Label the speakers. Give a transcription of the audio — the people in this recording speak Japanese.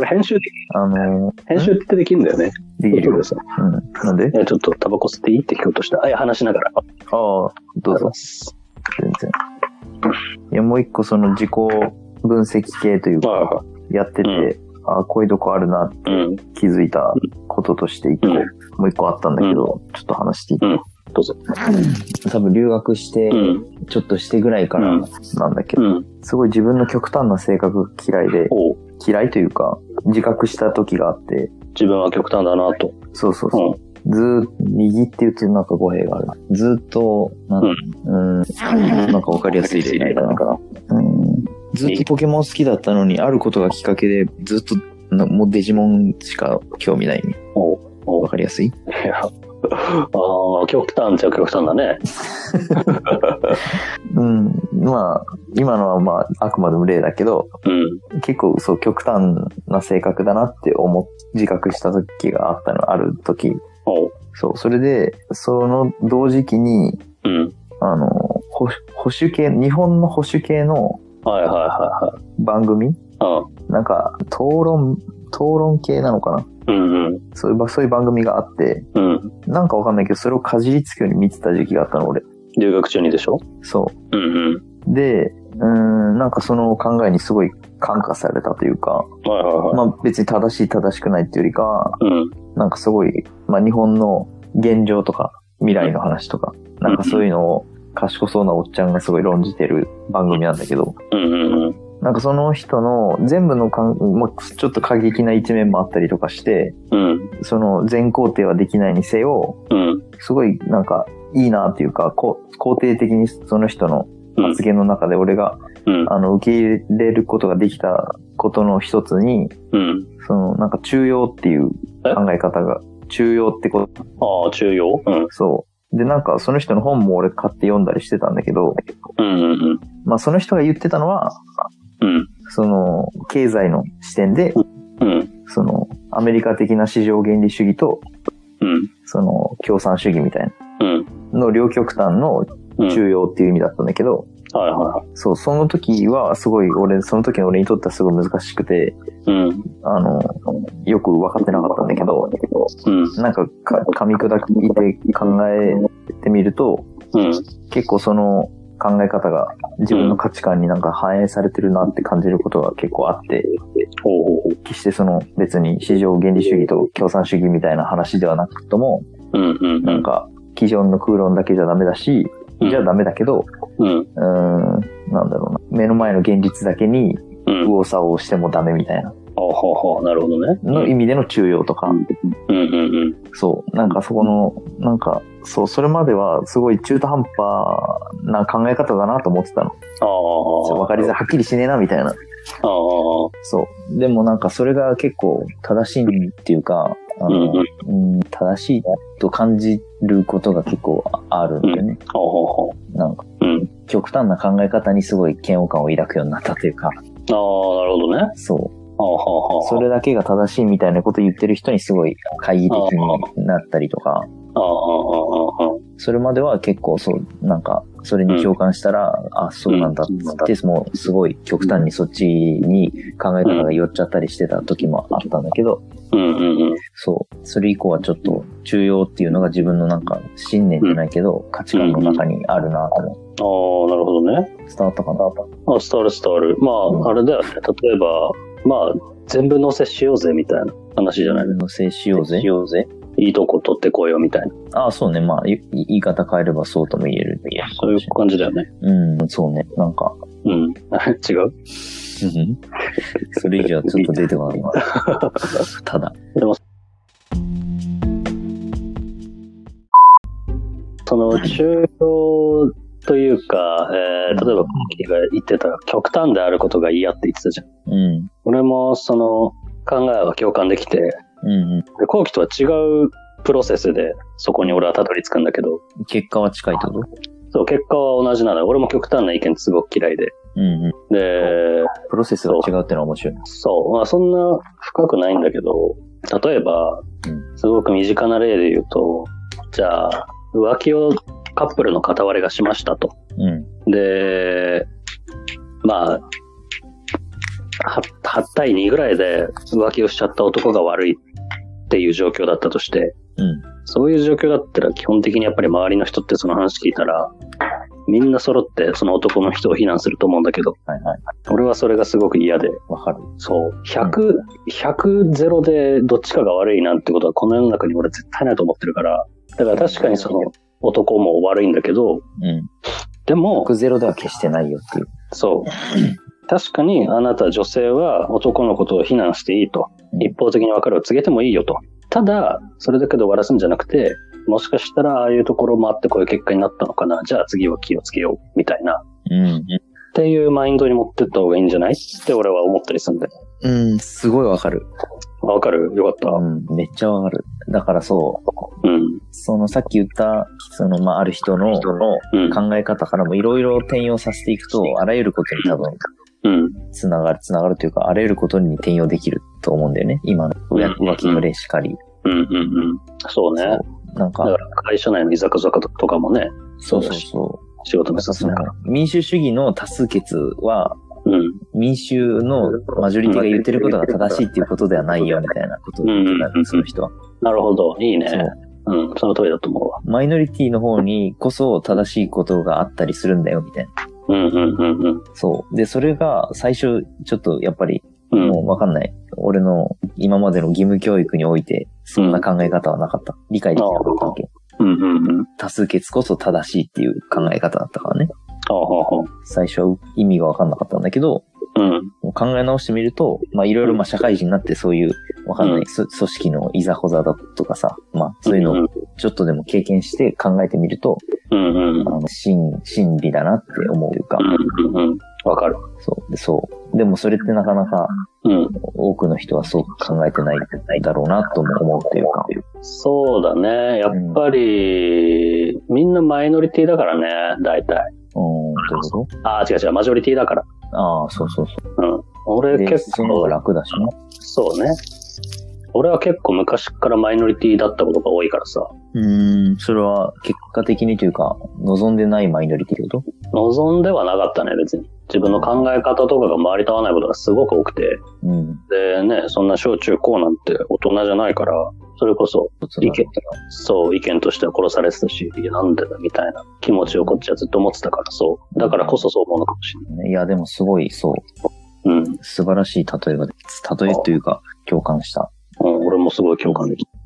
Speaker 1: れ編集、
Speaker 2: あの
Speaker 1: 編集ってできるんだよね。
Speaker 2: ー、できる
Speaker 1: 後
Speaker 2: よ
Speaker 1: で。さ
Speaker 2: うん。なんで
Speaker 1: いやちょっとタバコ吸っていいって聞こうとした。あ、いや、話しながら。
Speaker 2: ああ、どうぞ。全然。いや、もう一個その自己分析系というか、
Speaker 1: ああ、
Speaker 2: やってて、ああ、こういうとこあるなって
Speaker 1: うん。
Speaker 2: 気づいたこととして一個、
Speaker 1: うん
Speaker 2: もう一個あったんだけど、ちょっと話していい
Speaker 1: どうぞ。
Speaker 2: 多分留学して
Speaker 1: う、ん。
Speaker 2: ちょっとしてぐらいから
Speaker 1: うん
Speaker 2: なんだけど、
Speaker 1: うん。
Speaker 2: すごい自分の極端な性格が嫌いで、
Speaker 1: おう
Speaker 2: 嫌いというか、自覚した時があって、
Speaker 1: 自分は極端だなと。
Speaker 2: そうそう
Speaker 1: う
Speaker 2: そう。ずーっと、右って言うとなんか語弊がある。ずーっと、なんうん、なんかわかりやすい例ないかな。
Speaker 1: な。
Speaker 2: うんずっとポケモン好きだったのに、あることがきっかけで、ずっとな、もうデジモンしか興味ないね。
Speaker 1: おうおう
Speaker 2: わかりやすい
Speaker 1: いや、ああ、極端じゃ極端だね。
Speaker 2: うん。まあ、今のはまあ、あくまでも例だけど、
Speaker 1: うん。
Speaker 2: 結構そう、極端な性格だなって思っ、自覚した時があったの、ある時。
Speaker 1: おう
Speaker 2: そう、それで、その同時期に、
Speaker 1: うん。
Speaker 2: あの、保保守系、日本の保守系の
Speaker 1: はいはいは
Speaker 2: 番組
Speaker 1: いはい。
Speaker 2: なんか、討論、討論系なのかな
Speaker 1: うん。うん
Speaker 2: そういうば、そういう番組があって、
Speaker 1: うん。うん。
Speaker 2: なんかわかんないけど、それをかじりつくように見てた時期があったの、俺。
Speaker 1: 留学中にでしょ
Speaker 2: そ
Speaker 1: うんうん。
Speaker 2: う。で、うーん、なんかその考えにすごい感化されたというか、
Speaker 1: はいはいはい。
Speaker 2: まあ別に正しい正しくないっていうよりか、
Speaker 1: うん。
Speaker 2: なんかすごい、まあ日本の現状とか、未来の話とか、なんかそういうのを賢そうなおっちゃんがすごい論じてる番組なんだけど、
Speaker 1: うんうんうん。
Speaker 2: なんかその人の全部のかん、まあ、ちょっと過激な一面もあったりとかして、
Speaker 1: うん。
Speaker 2: その全肯定はできないにせよ、
Speaker 1: うん。
Speaker 2: すごいなんかいいなっていうか、こう肯定的にその人の
Speaker 1: うん
Speaker 2: 発。言の中で俺が、
Speaker 1: うん。
Speaker 2: あの、受け入れることができたことの一つに、
Speaker 1: うん。
Speaker 2: そのなんか中庸っていう考え方が、中庸ってこと
Speaker 1: ああ、中央うん。
Speaker 2: そう。で、なんかその人の本も俺買って読んだりしてたんだけど、
Speaker 1: うんうん
Speaker 2: まあその人が言ってたのは、
Speaker 1: うん。
Speaker 2: その経済の視点で、
Speaker 1: うん。うん。
Speaker 2: そのアメリカ的な市場原理主義と、
Speaker 1: うん。
Speaker 2: その共産主義みたい
Speaker 1: うん。
Speaker 2: なの両極端の
Speaker 1: うん。
Speaker 2: 中庸っていう意味だったんだけど、
Speaker 1: はいは
Speaker 2: そう、その時はすごい俺、その時の俺にとってはすごい難しくて、
Speaker 1: い。うん。
Speaker 2: あの、よく分かってなかったんだけど、
Speaker 1: うん。
Speaker 2: なんかか噛み砕いて考えてみると、
Speaker 1: うん。
Speaker 2: 結構その考え方が自分の価値観になんか反映されてるなって感じることが結構あって、
Speaker 1: ほうほうほ
Speaker 2: 決してその別に市場原理主義と共産主義みたいな話ではなくとも、
Speaker 1: う。うんうん
Speaker 2: なんか基準の空論だけじゃダメだし、
Speaker 1: うん。
Speaker 2: じゃダメだけど、
Speaker 1: うん。
Speaker 2: うーん、なんだろうな。目の前の現実だけに
Speaker 1: うん。
Speaker 2: 右往左往してもダメみたいな、
Speaker 1: あははなるほどね。
Speaker 2: の意味での中庸とか、
Speaker 1: うんうんうん。
Speaker 2: そう、なんかそこの、なんか、そう、それまではすごい中途半端な考え方だなと思ってたの。
Speaker 1: ああ。
Speaker 2: わかりづらい、はっきりしねえなみたい
Speaker 1: あ
Speaker 2: な。
Speaker 1: あ。
Speaker 2: そう。でもなんかそれが結構正しいっていうか、あ
Speaker 1: うん
Speaker 2: の
Speaker 1: うん。
Speaker 2: うん正しいと感じることが結構あるんだよね。
Speaker 1: あはは
Speaker 2: なんか、
Speaker 1: うん。
Speaker 2: 極端な考え方にすごい嫌悪感を抱くようになったというか、
Speaker 1: ああ、なるほどね。
Speaker 2: そう。
Speaker 1: あはは
Speaker 2: それだけが正しいみたいなことを言ってる人にすごい懐疑的になったりとか、
Speaker 1: ああ、ああ、ああ。
Speaker 2: それまでは結構そう、なんか、それに共感したら、あ、そうなんだっつって、もうすごい極端にそっちに考え方が寄っちゃったりしてた時もあったんだけど、
Speaker 1: うんうんうん。
Speaker 2: そう。それ以降はちょっと、中庸っていうのが自分のなんか、信念じゃないけど、価値観の中にあるなと
Speaker 1: あ
Speaker 2: 思
Speaker 1: あ、なるほどね。
Speaker 2: う。伝わったかな
Speaker 1: あ、伝わる伝わる。まあ、あれだよね。例えば、まあ、全部乗せしようぜみたいな話じゃない
Speaker 2: のせいしようぜ
Speaker 1: し。ようぜ。いいとこ取ってこいよみたいな。
Speaker 2: ああ、そうね。まあ、い言い方変えればそうとも言える。
Speaker 1: そういう感じだよね。
Speaker 2: うん、そうね。なんか、
Speaker 1: うん。 違う
Speaker 2: うん それ以上はちょっと出てこない 今。ただ。
Speaker 1: その中央というか、えー例えば、君が言ってた極端であることが嫌って言ってたじゃん。
Speaker 2: うん。
Speaker 1: 俺もその考えは共感できて、
Speaker 2: うん、
Speaker 1: で後期とは違うプロセスでそこに俺はたどり着くんだけど、
Speaker 2: うん。結果は近いってこと
Speaker 1: そう、結果は同じなのよ。俺も極端な意見すごく嫌いで。
Speaker 2: うんうん。
Speaker 1: で、
Speaker 2: プロセスが違うってのは面白い。
Speaker 1: そう、まあそんな深くないんだけど、例えば
Speaker 2: う、
Speaker 1: すごく身近な例で言うと、じゃあ、浮気をカップルの片割れがしましたと。
Speaker 2: うん。
Speaker 1: で、まあ、 8, 8対2ぐらいで浮気をしちゃった男が悪いっていう状況だったとして、
Speaker 2: うん。
Speaker 1: そういう状況だったら基本的にやっぱり周りの人ってその話聞いたら、みんな揃ってその男の人を非難すると思うんだけど、
Speaker 2: はいはい。
Speaker 1: 俺はそれがすごく嫌で、
Speaker 2: わかる。
Speaker 1: そう、100、100ゼロでどっちかが悪いなんてことはこの世の中に俺絶対ないと思ってるから、だから確かにその男も悪いんだけど、
Speaker 2: うん。
Speaker 1: でも、
Speaker 2: 僕ゼロでは決してないよっていう。
Speaker 1: そう。確かにあなた女性は男のことを非難していいと。一方的に別れを告げてもいいよと。ただ、それだけで終わらすんじゃなくて、もしかしたらああいうところもあってこういう結果になったのかな。じゃあ次は気をつけよう。みたいな。
Speaker 2: うん。
Speaker 1: っていうマインドに持ってった方がいいんじゃないって俺は思ったりするんで。
Speaker 2: うん、すごいわかる。
Speaker 1: わかるよかった。
Speaker 2: うん、めっちゃわかる。だからそう、
Speaker 1: うん。
Speaker 2: そのさっき言った、その、まあ、ある人の
Speaker 1: うん。
Speaker 2: 考え方からもいろいろ転用させていくと、あらゆることに多分、
Speaker 1: うん。
Speaker 2: つながる、つながるというか、あらゆることに転用できると思うんだよね。今の
Speaker 1: うん
Speaker 2: 浮気の例しかり。
Speaker 1: うん。うん。うん。そうね。
Speaker 2: なん
Speaker 1: だ
Speaker 2: か
Speaker 1: か、ら会社内のいざこざとかもね、
Speaker 2: そうそうそ
Speaker 1: 仕事
Speaker 2: う。
Speaker 1: 目指す
Speaker 2: なん
Speaker 1: から。
Speaker 2: か民主主義の多数決は、
Speaker 1: うん。
Speaker 2: 民衆のマジョリティが言ってることが正しいっていうことではないよ、みたいなことを言ってたん
Speaker 1: う
Speaker 2: で
Speaker 1: ん
Speaker 2: す、その人は。
Speaker 1: なるほど。いい
Speaker 2: そ
Speaker 1: ね
Speaker 2: う。。
Speaker 1: うん。その通りだと思うわ。
Speaker 2: マイノリティの方にこそ正しいことがあったりするんだよ、みたいな。
Speaker 1: うん。うん。うん。
Speaker 2: そう。で、それが最初、ちょっとやっぱり、
Speaker 1: うん。
Speaker 2: もうわかんない。俺の今までの義務教育において、そんな考え方はなかった。理解できなかったわけ。
Speaker 1: うん。うん。うん。
Speaker 2: 多数決こそ正しいっていう考え方だったからね。
Speaker 1: ああ、ほうほう。
Speaker 2: 最初は意味がわかんなかったんだけど、
Speaker 1: うん。
Speaker 2: もう考え直してみると、まあいろいろまあ社会人になってそういう、わかんな
Speaker 1: うん
Speaker 2: い、そ組織のいざこざだとかさ、まあそういうのを
Speaker 1: ん
Speaker 2: ちょっとでも経験して考えてみると、
Speaker 1: うんうんうん
Speaker 2: あの、真、真理だなって思うというか、
Speaker 1: うんうんうんわかる。
Speaker 2: そう、でそう。でもそれってなかなか
Speaker 1: うん。
Speaker 2: 多くの人はそう考えてないだろうなとも思うというか、
Speaker 1: そうだね。やっぱり、みんなマイノリティだからね、大体。
Speaker 2: うん、どういうこ
Speaker 1: ああ、違う違う、マジョリティだから。
Speaker 2: とああ、そうそうそ
Speaker 1: うん。
Speaker 2: う。
Speaker 1: 俺
Speaker 2: で、
Speaker 1: 結
Speaker 2: その方が
Speaker 1: 構、
Speaker 2: 楽だしね。
Speaker 1: そうね。俺は結構昔からマイノリティだったことが多いからさ、
Speaker 2: うん、それは結果的にというか、望んでないマイノリティってこと
Speaker 1: 望んではなかったね、別に。自分の考え方とかが周りと合わないことがすごく多くて。
Speaker 2: うん。
Speaker 1: でね、そんな小中高なんて大人じゃないから、それこそ
Speaker 2: 一つ
Speaker 1: 意見そう、意見としては殺されてたし、いやなんでだみたいな気持ちをこっちはずっと持ってたからそう。だからこそそう思うのかもしれ
Speaker 2: いや、でもすごい、そう、
Speaker 1: ない。うん。
Speaker 2: 素晴らしい例えが、例えというか、共感した。
Speaker 1: うん、俺もすごい共感できた。